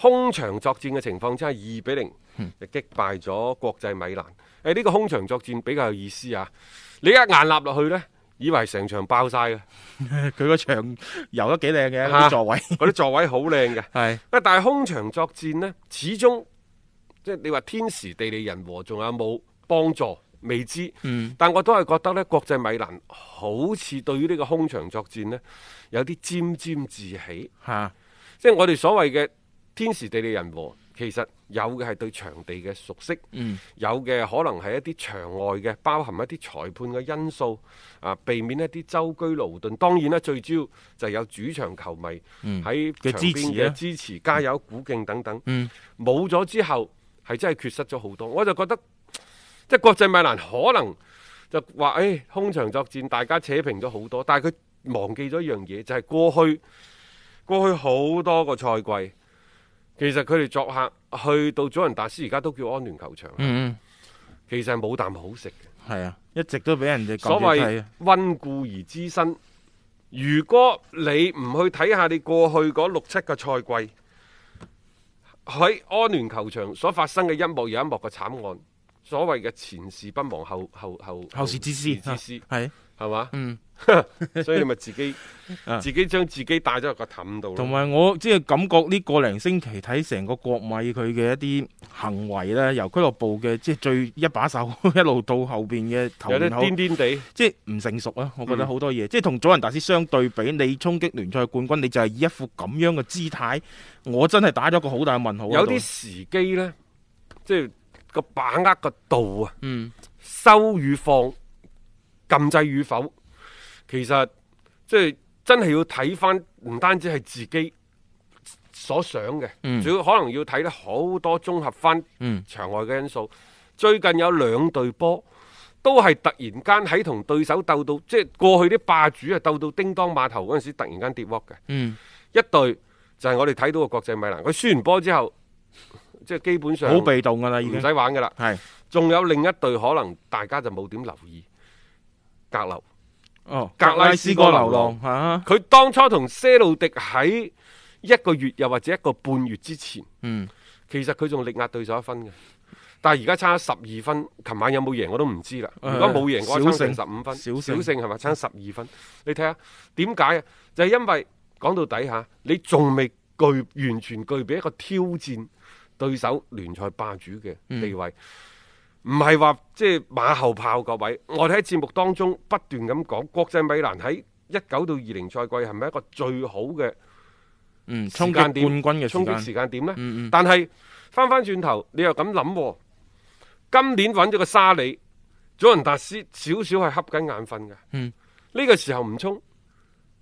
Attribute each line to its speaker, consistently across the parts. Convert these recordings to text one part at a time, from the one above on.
Speaker 1: 空場作戰嘅情況之下，二比零就擊敗咗國際米蘭。誒、呢、個空場作戰比較有意思啊！你一眼立落去呢，以為成場爆晒嘅，
Speaker 2: 佢個場游得幾靚嘅
Speaker 1: 嚇
Speaker 2: 啲座位，
Speaker 1: 嗰啲座位好靚嘅。
Speaker 2: 係
Speaker 1: 啊但係空場作戰呢，始終即係你話天時地利人和，仲有冇幫助未知。
Speaker 2: 嗯
Speaker 1: 但我都係覺得呢，國際米蘭好似對於呢個空場作戰呢，有啲沾沾自喜。
Speaker 2: 嚇
Speaker 1: 即係我哋所謂嘅天時地利人和，其實有嘅係對場地嘅熟悉，
Speaker 2: 嗯
Speaker 1: 有嘅可能係一啲場外嘅，包含一啲裁判嘅因素，啊，避免一啲舟車勞頓。當然啦，最主要就係有主場球迷
Speaker 2: 嗯
Speaker 1: 喺
Speaker 2: 嘅
Speaker 1: 場
Speaker 2: 支持
Speaker 1: 邊
Speaker 2: 啊
Speaker 1: 嘅支持、加油、鼓勁等等。
Speaker 2: 嗯
Speaker 1: 冇咗之後係真係缺失咗好多。我就覺得即係國際米蘭可能就話誒、唉空場作戰，大家扯平咗好多，但係佢忘記咗一樣嘢，就係、過去過去好多個賽季，其實佢哋作客去到祖雲達斯而家都叫安聯球場，
Speaker 2: 嗯
Speaker 1: 其實係冇啖好食嘅。
Speaker 2: 嗯，係啊，一直都俾人哋
Speaker 1: 所
Speaker 2: 謂
Speaker 1: 謂温故而知新。如果你唔去睇下你過去嗰六七個賽季喺安聯球場所發生嘅一幕又一幕嘅慘案，所謂嘅前事不忘後後後
Speaker 2: 後事之師，
Speaker 1: 之師
Speaker 2: 係
Speaker 1: 係 嘛？
Speaker 2: 嗯。
Speaker 1: 所以你咪自己
Speaker 2: 啊
Speaker 1: 自己將自己帶咗入個氹度咯。
Speaker 2: 同埋我即係感覺呢個零星期睇成個國米佢嘅一啲行為咧，由俱樂部嘅即係最一把手 一路到後邊嘅頭
Speaker 1: 有啲
Speaker 2: 面口
Speaker 1: 癲癲地，
Speaker 2: 即係唔成熟啊！我覺得
Speaker 1: 嗯
Speaker 2: 好多嘢，即係同祖雲達斯相對比，你衝擊聯賽冠軍，你就係以一副咁樣嘅姿態，我真係打咗個好大嘅問號喺度。
Speaker 1: 有啲時機呢，即係個把握個度啊，
Speaker 2: 嗯
Speaker 1: 收與放、禁制與否，其實即係真係要睇翻，唔單止係自己所想嘅，
Speaker 2: 嗯
Speaker 1: 主要可能要睇得好多綜合翻
Speaker 2: 嗯
Speaker 1: 場外嘅因素。最近有兩隊波都係突然間喺同對手鬥到，即係過去啲霸主啊鬥到叮當碼頭嗰陣時，突然間跌鍋嘅。
Speaker 2: 嗯
Speaker 1: 一隊就係我哋睇到嘅國際米蘭，佢輸完波之後，即係基本上
Speaker 2: 好被動㗎啦，已
Speaker 1: 唔
Speaker 2: 經
Speaker 1: 使玩㗎啦。
Speaker 2: 係
Speaker 1: 仲有另一隊可能大家就冇點留意，格流。
Speaker 2: 哦，
Speaker 1: 格拉斯哥流浪
Speaker 2: 嚇、啊
Speaker 1: 佢當初同些路迪喺一個月又或者一個半月之前，
Speaker 2: 嗯
Speaker 1: 其實佢仲力壓對手一分嘅。但係而家差十二分，琴晚有冇贏我都唔知啦。
Speaker 2: 誒
Speaker 1: 如果冇贏嘅話，
Speaker 2: 小
Speaker 1: 差
Speaker 2: 勝
Speaker 1: 十五分，
Speaker 2: 小
Speaker 1: 小
Speaker 2: 勝
Speaker 1: 勝係咪差十二分？你睇下點解啊？就係因為講到底下，你仲未具完全具備一個挑戰對手聯賽霸主嘅地位，唔係話即係馬後炮。各位，我哋喺節目當中不斷咁講，國際米蘭喺一九到二零賽季係咪一個最好嘅
Speaker 2: 嗯，
Speaker 1: 時
Speaker 2: 衝
Speaker 1: 間
Speaker 2: 擊
Speaker 1: 點
Speaker 2: 冠軍嘅
Speaker 1: 衝擊時
Speaker 2: 時間，
Speaker 1: 間點呢？
Speaker 2: 嗯嗯
Speaker 1: 但係翻翻轉頭，你又咁諗喎？今年揾咗個沙里，祖雲達斯少少係瞌緊眼瞓嘅。
Speaker 2: 嗯
Speaker 1: 呢個時候唔衝，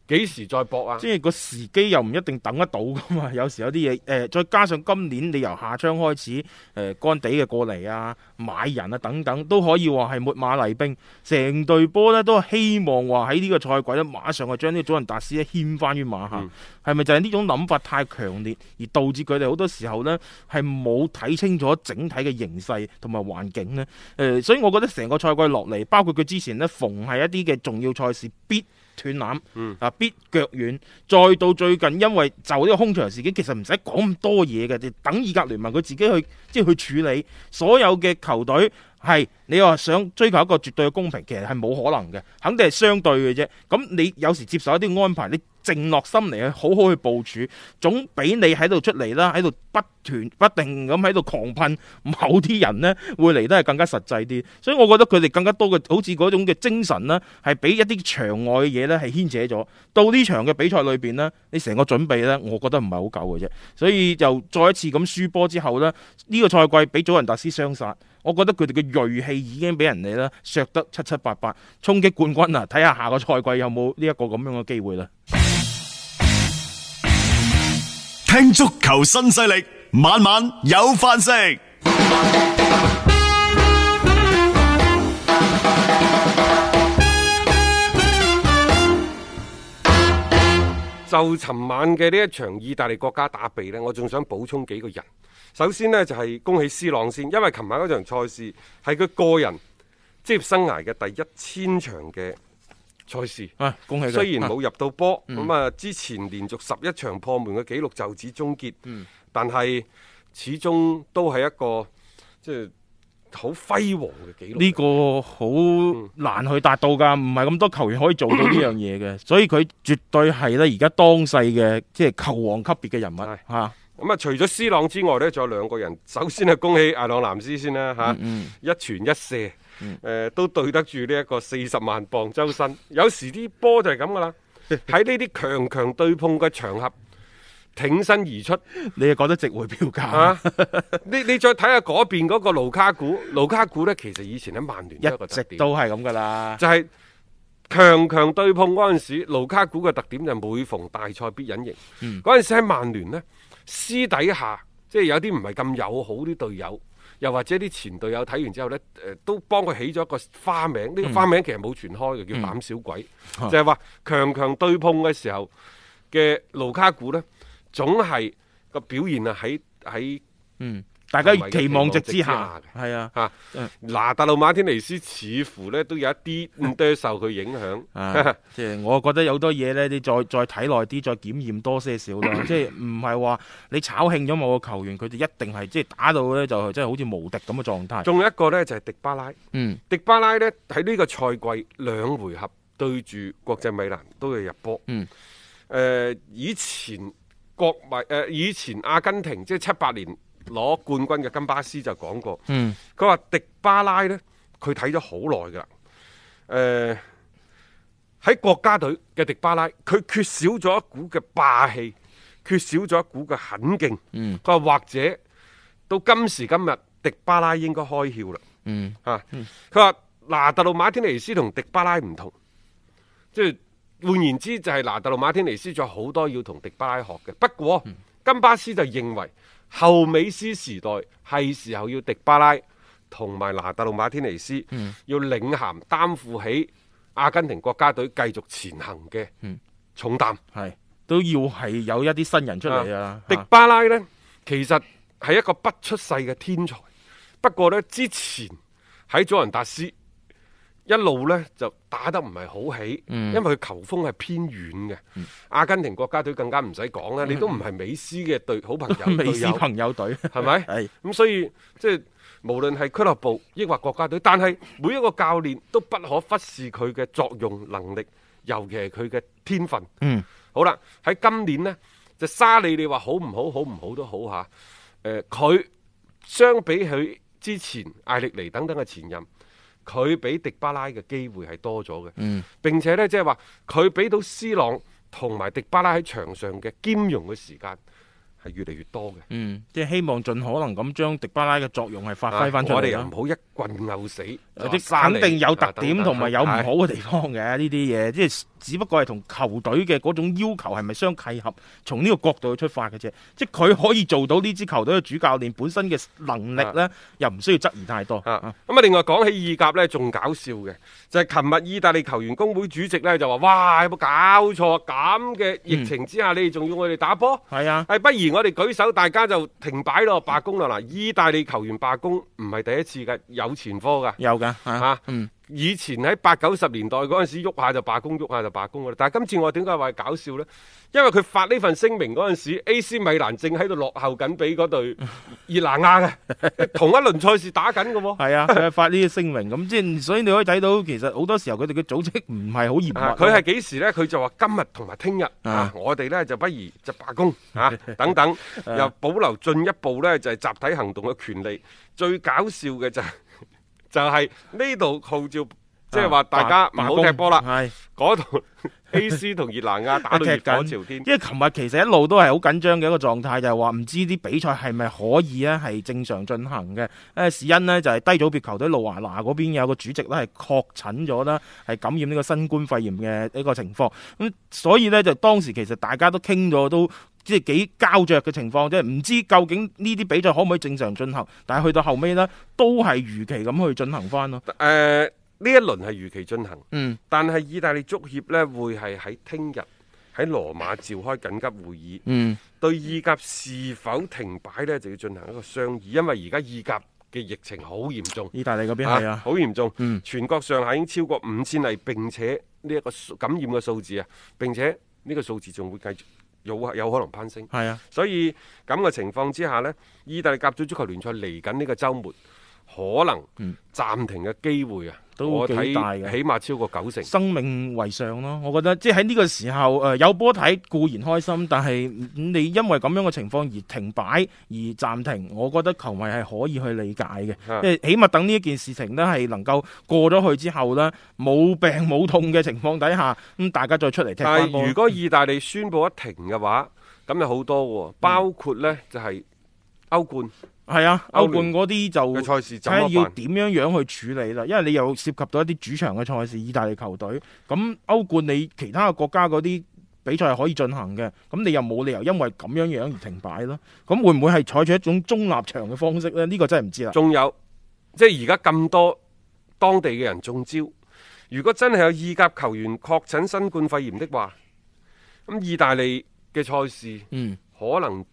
Speaker 1: 幾時再搏啊？
Speaker 2: 即係個時機又唔一定等得到噶嘛， 有時有啲嘢誒，再加上今年你由夏窗開始誒、呃、乾地嘅過嚟啊，買人啊等等，都可以話係抹馬厲兵，成隊波咧都希望話喺呢個賽季咧馬上係將呢個祖雲達斯咧牽翻於馬下，
Speaker 1: 嗯
Speaker 2: 係咪、就係呢種諗法太強烈，而導致佢哋好多時候呢係冇睇清楚整體嘅形勢同埋環境呢？誒、所以我覺得成個賽季落嚟，包括佢之前呢，逢係一啲嘅重要賽事必斷纜。啊，必腳軟，再到最近，因為就呢個空場事件，其實唔使講咁多嘢嘅，就等意甲聯盟佢自己去即係去處理所有嘅球隊。係你話想追求一個絕對嘅公平，其實係冇可能嘅，肯定係相對嘅啫。咁你有時接受一啲安排，你靜落心嚟去好好去部署，總比你喺度出嚟啦，喺度不斷不定咁喺度狂噴某啲人呢，會嚟得係更加實際啲。所以我覺得佢哋更加多嘅好似嗰種嘅精神呢，係俾一啲場外嘅嘢呢係牽扯咗。到呢場嘅比賽裏邊呢，你成個準備呢，我覺得唔係好夠嘅啫。所以就再一次咁輸波之後呢，呢、個賽季俾祖雲達斯雙殺，我覺得佢哋嘅鋭氣已經俾人哋呢削得七七八八，衝擊冠軍啊！睇下下個賽季有冇呢一個咁樣嘅機會啦。
Speaker 3: 聽足球新勢力，晚晚有饭食。
Speaker 1: 就尋晚嘅呢一場意大利國家打比呢，我仲想補充幾個人。首先呢，就係、恭喜斯朗先，因為琴晚嗰場賽事係佢個人職業生涯嘅第一千場嘅賽事。
Speaker 2: 啊，恭喜佢！
Speaker 1: 嗯雖然
Speaker 2: 啊
Speaker 1: 冇入到波，咁啊、之前連續十一場破門嘅紀錄就此終結，
Speaker 2: 嗯
Speaker 1: 但係始終都係一個即係好輝煌嘅紀錄。
Speaker 2: 呢個好難去達到噶，唔係咁多球員可以做到呢樣嘢
Speaker 1: 嗯
Speaker 2: 嘅，所以佢絕對係咧而家當世嘅即係球王級別嘅人物
Speaker 1: 係
Speaker 2: 嚇。
Speaker 1: 咁啊，除咗斯朗之外呢，仲有兩個人。首先係恭喜阿朗南斯先啦嚇，
Speaker 2: 嗯
Speaker 1: 一傳一射，誒、都對得住呢一個四十萬磅周身。有時啲波就係咁噶 啦，喺呢啲強強對碰嘅場合，挺身而出。
Speaker 2: 你又覺得值回票價？
Speaker 1: 啊！你你再睇下嗰邊嗰個盧卡古，盧卡古呢，其實以前喺曼聯
Speaker 2: 一
Speaker 1: 都有一個特
Speaker 2: 直
Speaker 1: 點，
Speaker 2: 都係咁噶啦。
Speaker 1: 就係強強對碰嗰陣時，盧卡古嘅特點就係每逢大賽必隱
Speaker 2: 嗯
Speaker 1: 形。嗰陣、時喺曼聯呢，私底下即係有啲唔係咁友好啲隊友，又或者啲前隊友睇完之後呢，誒、都幫佢起咗一個花名。
Speaker 2: 嗯
Speaker 1: 呢、個花名其實冇傳開嘅，叫膽小鬼，
Speaker 2: 哦
Speaker 1: 就係話強強對碰嘅時候嘅盧卡古呢，總係個表現啊喺喺。
Speaker 2: 嗯，大家
Speaker 1: 同埋嘅
Speaker 2: 期望值之
Speaker 1: 期望
Speaker 2: 下
Speaker 1: 值之，
Speaker 2: 係 啊，
Speaker 1: 吓
Speaker 2: 嗯，
Speaker 1: 嗱，特魯馬天尼斯似乎咧都有一啲唔多受佢影響
Speaker 2: 啊，，即係我覺得有好多嘢咧，你再再睇耐啲，再檢驗多些少 啦。即係唔係話你炒興咗某個球員，佢就一定係即係打到咧就即係好似無敵咁嘅狀 態。
Speaker 1: 仲有一個呢，就係迪巴拉，
Speaker 2: 嗯，
Speaker 1: 迪巴拉呢，喺呢個賽季兩回合對住國際米蘭都有入波，
Speaker 2: 嗯，
Speaker 1: 誒以前國米誒以前阿根廷即係七八年攞冠軍嘅金巴斯就講過，
Speaker 2: 嗯，
Speaker 1: 佢話迪巴拉呢，佢睇咗好耐噶啦，誒喺國家隊嘅迪巴拉，佢缺少咗一股嘅霸氣，缺少咗一股嘅狠勁。
Speaker 2: 嗯，
Speaker 1: 佢話或者到今時今日，迪巴拉應該開竅啦。
Speaker 2: 嗯，
Speaker 1: 嚇、啊佢話拿特魯馬天尼斯同迪巴拉唔同，即係換言之就係拿特魯馬天尼斯仲有好多要同迪巴拉學嘅。不過、金巴斯就認為後美斯時代係時候要迪巴拉同埋拿特魯馬天尼斯、要領銜擔負起阿根廷國家隊繼續前行嘅重擔。
Speaker 2: 係都要係有一啲新人出嚟 啊。
Speaker 1: 迪
Speaker 2: 嚇
Speaker 1: 巴拉呢，其實係一個不出世嘅天才，不過呢，之前喺祖雲達斯一路呢就打得唔係好起，
Speaker 2: 嗯
Speaker 1: 因為佢球風係偏遠嘅。阿根廷國家隊更加唔使講啦，你都唔係美斯嘅隊好朋 友
Speaker 2: 美
Speaker 1: 隊
Speaker 2: 斯
Speaker 1: 友。
Speaker 2: 朋友隊
Speaker 1: 係咪？
Speaker 2: 係
Speaker 1: 咁所以即係無論係俱樂部抑或國家隊，但係每一個教練都不可忽視佢嘅作用能力，尤其係佢嘅天分。
Speaker 2: 嗯，
Speaker 1: 好啦，喺今年呢，就沙利你話好唔好，好唔好都好嚇。誒、佢相比佢之前艾力尼等等嘅前任。佢俾迪巴拉嘅機會係多咗嘅，嗯、並且呢，即係話佢俾到斯朗同埋迪巴拉喺場上嘅兼容嘅時間係越嚟越多嘅。
Speaker 2: 嗯，即係希望盡可能咁將迪巴拉嘅作用係發揮翻啊出
Speaker 1: 我
Speaker 2: 嚟
Speaker 1: 哋又
Speaker 2: 啦
Speaker 1: 唔。好一棍毆死，
Speaker 2: 有
Speaker 1: 話
Speaker 2: 啲
Speaker 1: 沙利
Speaker 2: 肯定有特
Speaker 1: 啊
Speaker 2: 點同埋有唔好
Speaker 1: 等等
Speaker 2: 嘅地方嘅呢啲嘢，即係只不過係同球隊嘅嗰種要求係咪相契合，從呢個角度去出發嘅啫。即係佢可以做到呢支球隊嘅主教練本身嘅能力呢，又唔需要質疑太多。
Speaker 1: 係啊咁啊，另外講起意甲呢，仲搞笑嘅就係琴日意大利球員工會主席呢，就話：，哇，有冇搞錯？啊咁嘅疫
Speaker 2: 嗯
Speaker 1: 情之下，你哋仲要我哋打波？哎
Speaker 2: 係啊，
Speaker 1: 係，不如我哋舉手，大家就停擺咯，罷工啦！嗱，意大利球員罷工唔係第一次嘅，有前科㗎。
Speaker 2: 有㗎嚇
Speaker 1: 啊，
Speaker 2: 嗯
Speaker 1: 以前喺八九十年代嗰陣時，喐下就罷工，喐下就罷工㗎啦。但係今次我點解話係搞笑呢？因為佢發呢份聲明嗰陣時，AC 米蘭正喺度落後緊俾嗰 隊熱那亞嘅，同一輪賽事打緊嘅喎。
Speaker 2: 係啊，佢係發呢啲聲明咁，即係所以你可以睇到其實好多時候佢哋嘅組織唔係好嚴密
Speaker 1: 啊
Speaker 2: 咯。
Speaker 1: 佢係幾時呢？佢就話今日同埋聽日
Speaker 2: 啊
Speaker 1: 啊，我哋呢就不如就罷 工啊，等等，
Speaker 2: 啊
Speaker 1: 又保留進一步呢就係、集體行動嘅權利。最搞笑嘅就係就係呢度號召，即係話大家唔好踢波啦。
Speaker 2: 係。
Speaker 1: 嗰度 AC 同熱那亞打到熱火朝天
Speaker 2: 因。為琴日其實一路都係好緊張嘅一個狀態，就係話唔知啲比賽係咪可以咧係正常進行嘅。誒事因呢，就係低組別球隊路華拿嗰邊有個主席咧係確診咗啦，係感染呢個新冠肺炎嘅一個情況。咁所以呢，就當時其實大家都傾咗都。即係幾膠着嘅情況，即係唔知究竟呢啲比賽可唔可以正常進行，但係去到後尾呢，都係如期咁去進行翻咯。
Speaker 1: 誒呃呢一輪係如期進行，
Speaker 2: 嗯，
Speaker 1: 但係意大利足協呢會係喺聽日喺羅馬召開緊急會議，
Speaker 2: 嗯，
Speaker 1: 對意甲是否停擺呢，就要進行一個商議，因為而家意甲嘅疫情好嚴重。
Speaker 2: 意大利嗰邊係啊，
Speaker 1: 好嚴重，
Speaker 2: 嗯
Speaker 1: 全國上下已經超過五千例，並且呢一個數感染嘅數字啊，並且呢個數字仲會繼續有有可能攀升。
Speaker 2: 係啊，
Speaker 1: 所以咁嘅情況之下呢，意大利甲組足球聯賽嚟緊呢個週末，可能
Speaker 2: 嗯
Speaker 1: 暫停嘅機會啊，
Speaker 2: 都
Speaker 1: 我睇
Speaker 2: 幾大嘅
Speaker 1: 起碼超過九成。
Speaker 2: 生命為上咯，我覺得即係喺呢個時候，誒、有波睇固然開心，但係嗯你因為咁樣嘅情況而停擺而暫停，我覺得球迷係可以去理解嘅。
Speaker 1: 嚇
Speaker 2: 即係起碼等呢一件事情呢係能夠過咗去之後呢，冇病冇痛嘅情況底下，咁大家再出嚟踢
Speaker 1: 但
Speaker 2: 翻
Speaker 1: 係如果意大利宣布一停嘅話，咁有好多喎，包括呢就係歐冠
Speaker 2: 係啊，
Speaker 1: 歐
Speaker 2: 歐冠嗰
Speaker 1: 嘅
Speaker 2: 啲就。
Speaker 1: 賽事
Speaker 2: 嗯睇
Speaker 1: 怎
Speaker 2: 下
Speaker 1: 麼
Speaker 2: 要
Speaker 1: 辦？
Speaker 2: 點樣樣去處理啦，因為你又涉及到一啲主場嘅賽事，意大利球隊咁歐冠你其他嘅國家嗰啲比賽係可以進行嘅，咁你又冇理由因為咁樣樣而停擺咯。咁會唔會係採取一種中立場嘅方式呢？呢、個真係唔知啦。
Speaker 1: 仲有，即係而家咁多當地嘅人中招，如果真係有意甲球員確診新冠肺炎的話，咁意大利嘅賽事
Speaker 2: 嗯，
Speaker 1: 可能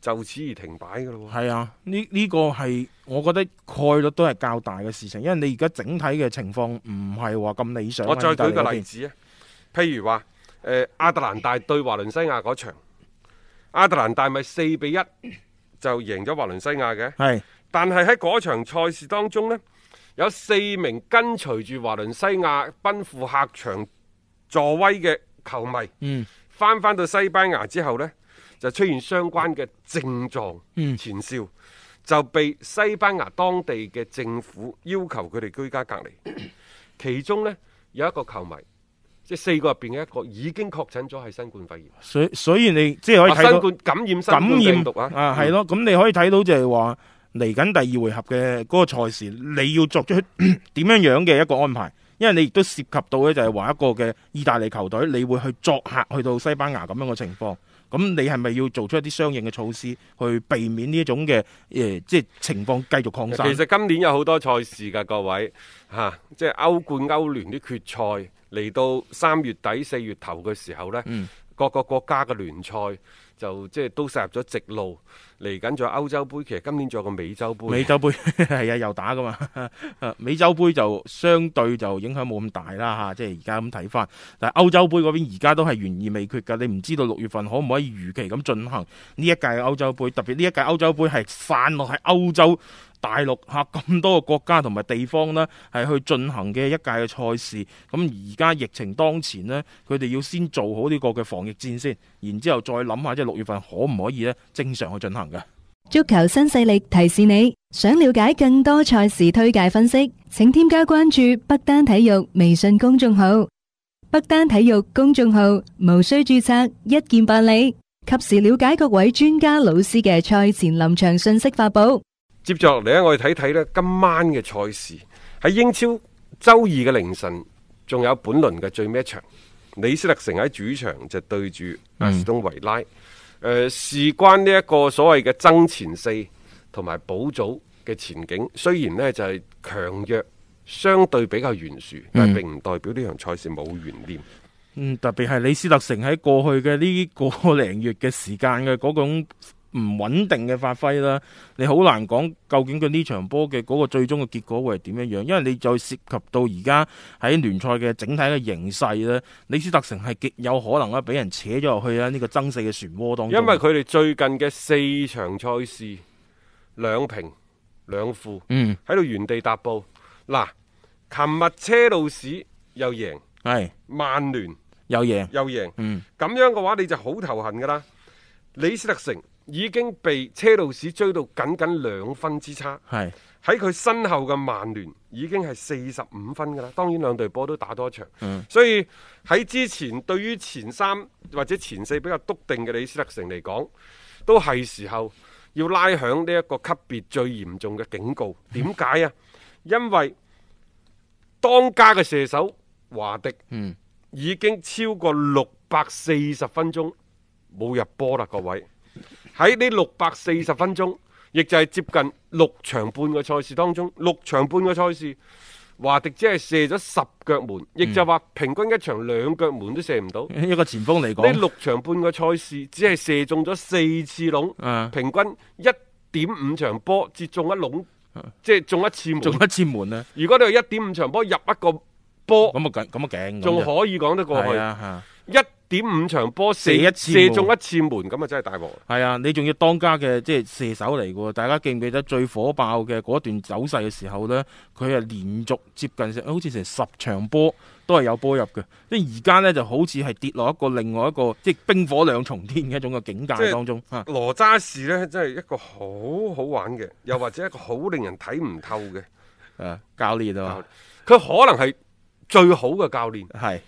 Speaker 1: 就此而停擺㗎咯喎。
Speaker 2: 係啊，呢呢、個係我覺得概率都係較大嘅事情，因為你而家整體嘅情況唔係話咁理想。啊
Speaker 1: 我再舉個
Speaker 2: 個
Speaker 1: 例，子啊，譬如話誒亞特蘭大對華倫西亞嗰場，亞特蘭大咪四比一就贏咗華倫西亞嘅，
Speaker 2: 係
Speaker 1: 但係喺嗰場賽事當中呢，有四名跟隨住華倫西亞奔赴客場助威嘅球迷，
Speaker 2: 嗯
Speaker 1: 翻翻到西班牙之後呢，就出現相關嘅症狀
Speaker 2: 嗯
Speaker 1: 前兆，就被西班牙當地嘅政府要求佢哋居家隔離。 其中呢，有一個球迷，即係四個入邊嘅一個已經確診咗係新冠肺炎，
Speaker 2: 所以所以你即係可以
Speaker 1: 啊
Speaker 2: 睇到
Speaker 1: 新。冠感染新
Speaker 2: 感
Speaker 1: 冠病
Speaker 2: 染
Speaker 1: 毒啊，
Speaker 2: 啊，係咯，咁你可以睇到就係話嚟緊第二回合嘅嗰個賽事，你要作出 點樣樣嘅一個安排，因為你亦都涉及到咧就係話一個嘅意大利球隊，你會去作客去到西班牙咁樣嘅情況。咁你係咪要做出一啲相應嘅措施，去避免呢一種嘅誒、即係情況繼續擴散
Speaker 1: 其？實今年有好多賽事㗎，各位嚇、啊即係歐冠、歐聯啲決賽嚟到三月底、四月頭嘅時候呢，
Speaker 2: 嗯
Speaker 1: 各個國家嘅聯賽就即係都殺入咗直路，嚟緊仲有歐洲杯，其實今年仲有個美洲杯。
Speaker 2: 美洲杯 係啊，又打噶嘛。 啊美洲杯就相對就影響冇咁大啦嚇，即係而家咁睇翻。但係歐洲杯嗰邊而家都係懸而未決㗎，你唔知道六月份可唔可以如期咁進行呢一屆嘅歐洲杯，特別呢一屆歐洲杯係散落喺歐洲。大陸嚇咁多個國家同埋地方呢，係去進行嘅一屆嘅賽事。咁而家疫情當前呢，佢哋要先做好呢個嘅防疫戰先，然之後再諗下即係六月份可唔可以呢正常去進行嘅。
Speaker 4: 足球新勢力提示你，想了解更多賽事推介分析，請添加關注北單體育微信公眾號。北單體育公眾號無需注冊，一鍵辦理，及時了解各位專家老師嘅賽前臨場信息發布。
Speaker 1: 接住落嚟呢，我哋睇睇呢今晚嘅賽事喺英超周二嘅凌晨，仲有本輪嘅最尾一場，李斯特城喺主場就對住阿斯東維拉。誒、呃事關呢一個所謂嘅爭前四同埋保組嘅前景，雖然呢就係、強弱相對比較懸殊，但係並唔代表呢場賽事冇懸念。
Speaker 2: 嗯，特別係李斯特城喺過去嘅呢 個零月嘅時間嘅嗰種唔穩定嘅發揮啦，你好難講究竟佢呢場波嘅嗰個最終嘅結果會係點樣樣，因為你再涉及到而家喺聯賽嘅整體嘅形勢咧，李斯特城係極有可能咧俾人扯咗落去啊呢個爭四嘅漩渦當中。
Speaker 1: 因為佢哋最近嘅四場賽事兩平兩負。
Speaker 2: 嗯
Speaker 1: 喺度原地踏步。嗱，琴日車路士又贏，
Speaker 2: 係
Speaker 1: 曼聯
Speaker 2: 有贏，
Speaker 1: 又贏，
Speaker 2: 嗯
Speaker 1: 咁樣嘅話你就好頭痕噶啦。李斯特城已經被車路士追到僅僅兩分之差，
Speaker 2: 係
Speaker 1: 喺佢身後嘅曼聯已經係四十五分噶啦。當然兩隊波都打多一場，
Speaker 2: 嗯
Speaker 1: 所以喺之前對於前三或者前四比較篤定嘅李斯特城嚟講，都係時候要拉響呢一個級別最嚴重嘅警告。點解啊？因為當家嘅射手華迪
Speaker 2: 嗯
Speaker 1: 已經超過六百四十分鐘冇入波啦，各位喺呢六百四十分鐘，亦就係接近六場半嘅賽事當中，六場半嘅賽事，華迪只係射咗十腳門，亦就話平均一場兩腳門都射唔到。
Speaker 2: 一個前鋒嚟
Speaker 1: 呢
Speaker 2: 講，
Speaker 1: 六場半嘅賽事，只係射中咗四次籠，
Speaker 2: 啊
Speaker 1: 平均一點五場波接中一籠，即係中一次門。
Speaker 2: 做一次門啊，
Speaker 1: 如果你一點五場波入一個波，
Speaker 2: 咁啊勁，咁啊勁，
Speaker 1: 仲可以講得過去
Speaker 2: 係。啊
Speaker 1: 一點五場波射
Speaker 2: 射一次
Speaker 1: 射
Speaker 2: 門
Speaker 1: 中一次門，咁啊真係大鑊。
Speaker 2: 係啊，你仲要當家嘅即係射手嚟嘅喎，大家記唔記得最火爆嘅嗰段走勢嘅時候呢？佢係連續接近成好似成十場波都係有波入嘅，即係而家呢，就好似係跌落一個另外一個即係冰火兩重天嘅一種嘅境界
Speaker 1: 即係
Speaker 2: 當中啊嚇。
Speaker 1: 羅渣士呢，真係一個好好玩嘅，又或者一個好令人睇唔透嘅
Speaker 2: 誒教練
Speaker 1: 教練
Speaker 2: 啊，。
Speaker 1: 佢可能係最好嘅教練，
Speaker 2: 係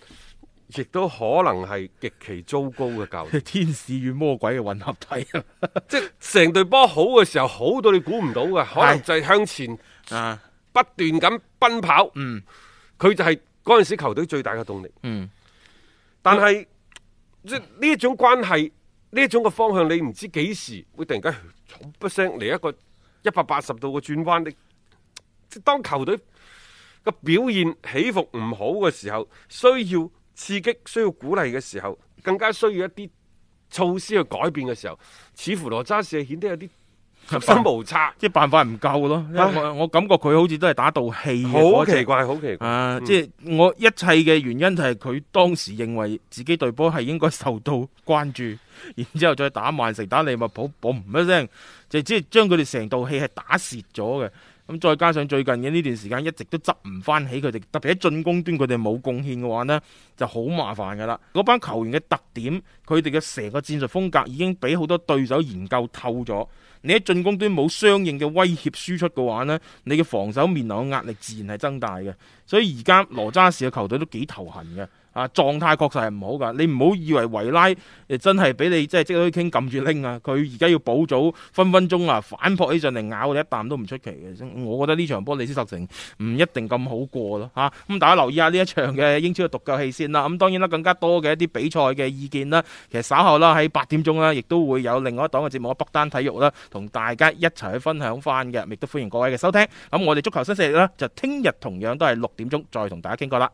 Speaker 1: 亦都可能係極其糟糕嘅教 練。
Speaker 2: 天使與魔鬼嘅混合體啊
Speaker 1: 即係成隊波好嘅時候，好到你估唔到嘅，可能就係向前
Speaker 2: 啊，
Speaker 1: 不斷咁奔跑。
Speaker 2: 嗯
Speaker 1: 佢就係嗰陣時球隊最大嘅動力。
Speaker 2: 嗯，
Speaker 1: 但係即係呢一種關係，呢一種嘅方向，你唔知幾時會突然間噗一聲嚟一個一百八十度嘅轉彎。你即係當球隊嘅表現起伏唔好嘅時候，需要刺激、需要鼓勵嘅時候，更加需要一啲措施去改變嘅時候，似乎羅渣士係顯得有啲束手無策，
Speaker 2: 即係辦法唔夠咯，因為我我感覺佢好似都係打道氣嘅
Speaker 1: 啊好
Speaker 2: 嗰隻
Speaker 1: 奇怪，好奇怪。
Speaker 2: 啊！即係我一切嘅原因就係佢當時認為自己隊波係應該受到關注， 然之後再打曼城、打利物浦，嘣一聲就即係將佢哋成道氣係打蝕咗嘅。咁再加上最近嘅呢段時間一直都執唔翻起佢哋，特別喺進攻端佢哋冇貢獻嘅話呢，就好麻煩噶啦。嗰班球員嘅特點，佢哋嘅成個戰術風格已經俾好多對手研究透咗。你喺進攻端冇相應嘅威脅輸出嘅話呢，你嘅防守面臨嘅壓力自然係增大嘅。所以而家羅渣士嘅球隊都幾頭痕嘅，啊狀態確實係唔好㗎。你唔好以為維拉誒真係俾你即係即刻傾撳住拎啊！佢而家要補組，分分鐘啊反撲起上嚟咬你一啖都唔出奇嘅。我覺得呢場波李斯特城唔一定咁好過咯嚇。啊咁、大家留意下呢一場嘅英超嘅獨腳戲先啦。咁、當然啦，更加多嘅一啲比賽嘅意見啦，其實稍後啦喺八點鐘啦，亦都會有另外一檔嘅節目北單體育啦，同大家一齊去分享翻嘅，亦都歡迎各位嘅收聽。咁我哋足球新勢力啦，就聽日同樣都係六點鐘再同大家傾過啦。